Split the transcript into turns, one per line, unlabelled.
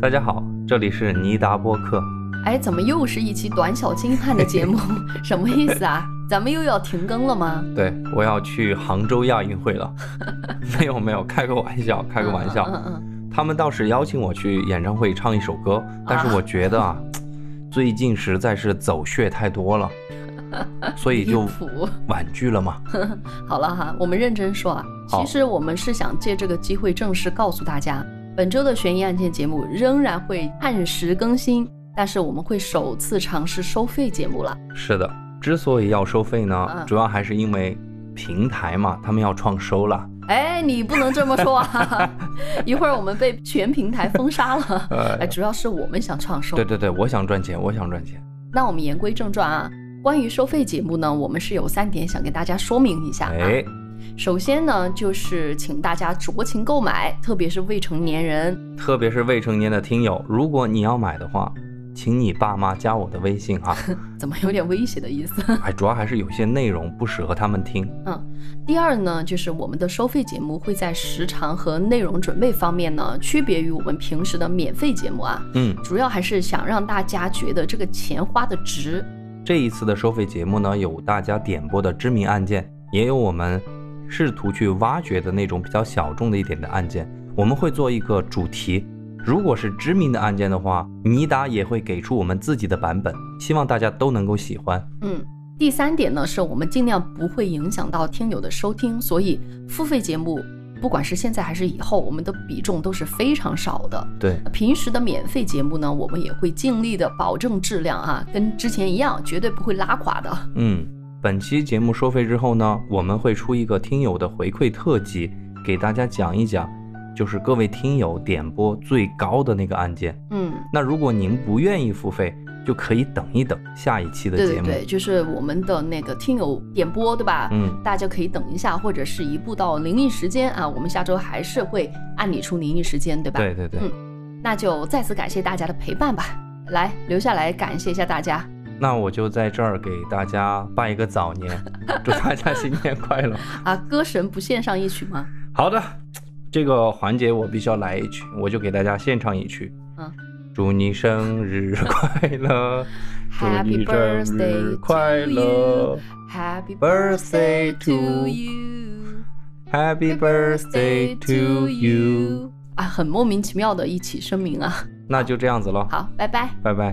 大家好，这里是尼达播客。
哎，怎么又是一期短小精悍 的节目？什么意思啊？咱们又要停更了吗？
对，我要去杭州亚运会了。 没有没有，开个玩笑，开个玩笑。
嗯嗯
他们倒是邀请我去演唱会唱一首歌，但是我觉得啊，最近实在是走穴太多 了，所以就
离谱
婉拒了嘛。
嗯，好了哈，我们认真说啊。
好
其实我们是想借这个机会正式告诉大家，本周的悬疑案件节目仍然会按时更新，但是我们会首次尝试收费节目了。
是的，之所以要收费呢，
嗯
主要还是因为平台嘛，他们要创收了。
哎，你不能这么说 啊！一会儿我们被全平台封杀了。哎，
呃，
主要是我们想创收
对。对对，我想赚钱，我想赚钱。
那我们言归正传啊，关于收费节目呢，我们是有三点想给大家说明一下、啊。
哎，
首先呢，就是请大家酌情购买，特别是未成年人。
特别是未成年的听友，如果你要买的话，请你爸妈加我的微信 哈。
怎么有点威胁的意思？
哎，主要还是有些内容不适合他们听。
第二呢，就是我们的收费节目会在时长和内容准备方面呢，区别于我们平时的免费节目啊，
嗯，
主要还是想让大家觉得这个钱花的值。
这一次的收费节目呢，有大家点播的知名案件，也有我们试图去挖掘的那种比较小众的一点的案件。我们会做一个主题，如果是知名的案件的话，尼达也会给出我们自己的版本，希望大家都能够喜欢。
嗯，第三点呢，是我们尽量不会影响到听友的收听，所以付费节目不管是现在还是以后，我们的比重都是非常少的。
对，
平时的免费节目呢，我们也会尽力的保证质量啊，跟之前一样，绝对不会拉垮的。
嗯，本期节目收费之后呢，我们会出一个听友的回馈特辑，给大家讲一讲，就是各位听友点播最高的那个案件。
嗯，
那如果您不愿意付费，就可以等一等下一期的
对
节
对
目。
对，就是我们的那个听友点播，对吧？
嗯，
大家可以等一下，或者是移步到灵异时间啊，我们下周还是会按理出灵异时间，对吧？
对对对。
嗯那就再次感谢大家的陪伴吧。来，留下来感谢一下大家。
那我就在这儿给大家拜一个早年， 祝大家新年快乐。
啊，歌神不献上一曲吗？
好的，这个环节我必须要来一曲，我就给大家献唱一曲。
嗯，
祝你生日快 乐祝
Happy
你生
birthday
日
to
快乐
you Happy
Birthday
birthday
to
to you。
，Happy birthday to you。
啊，很莫名其妙的一起声明啊。
那就这样子了，
好，拜拜。
拜拜。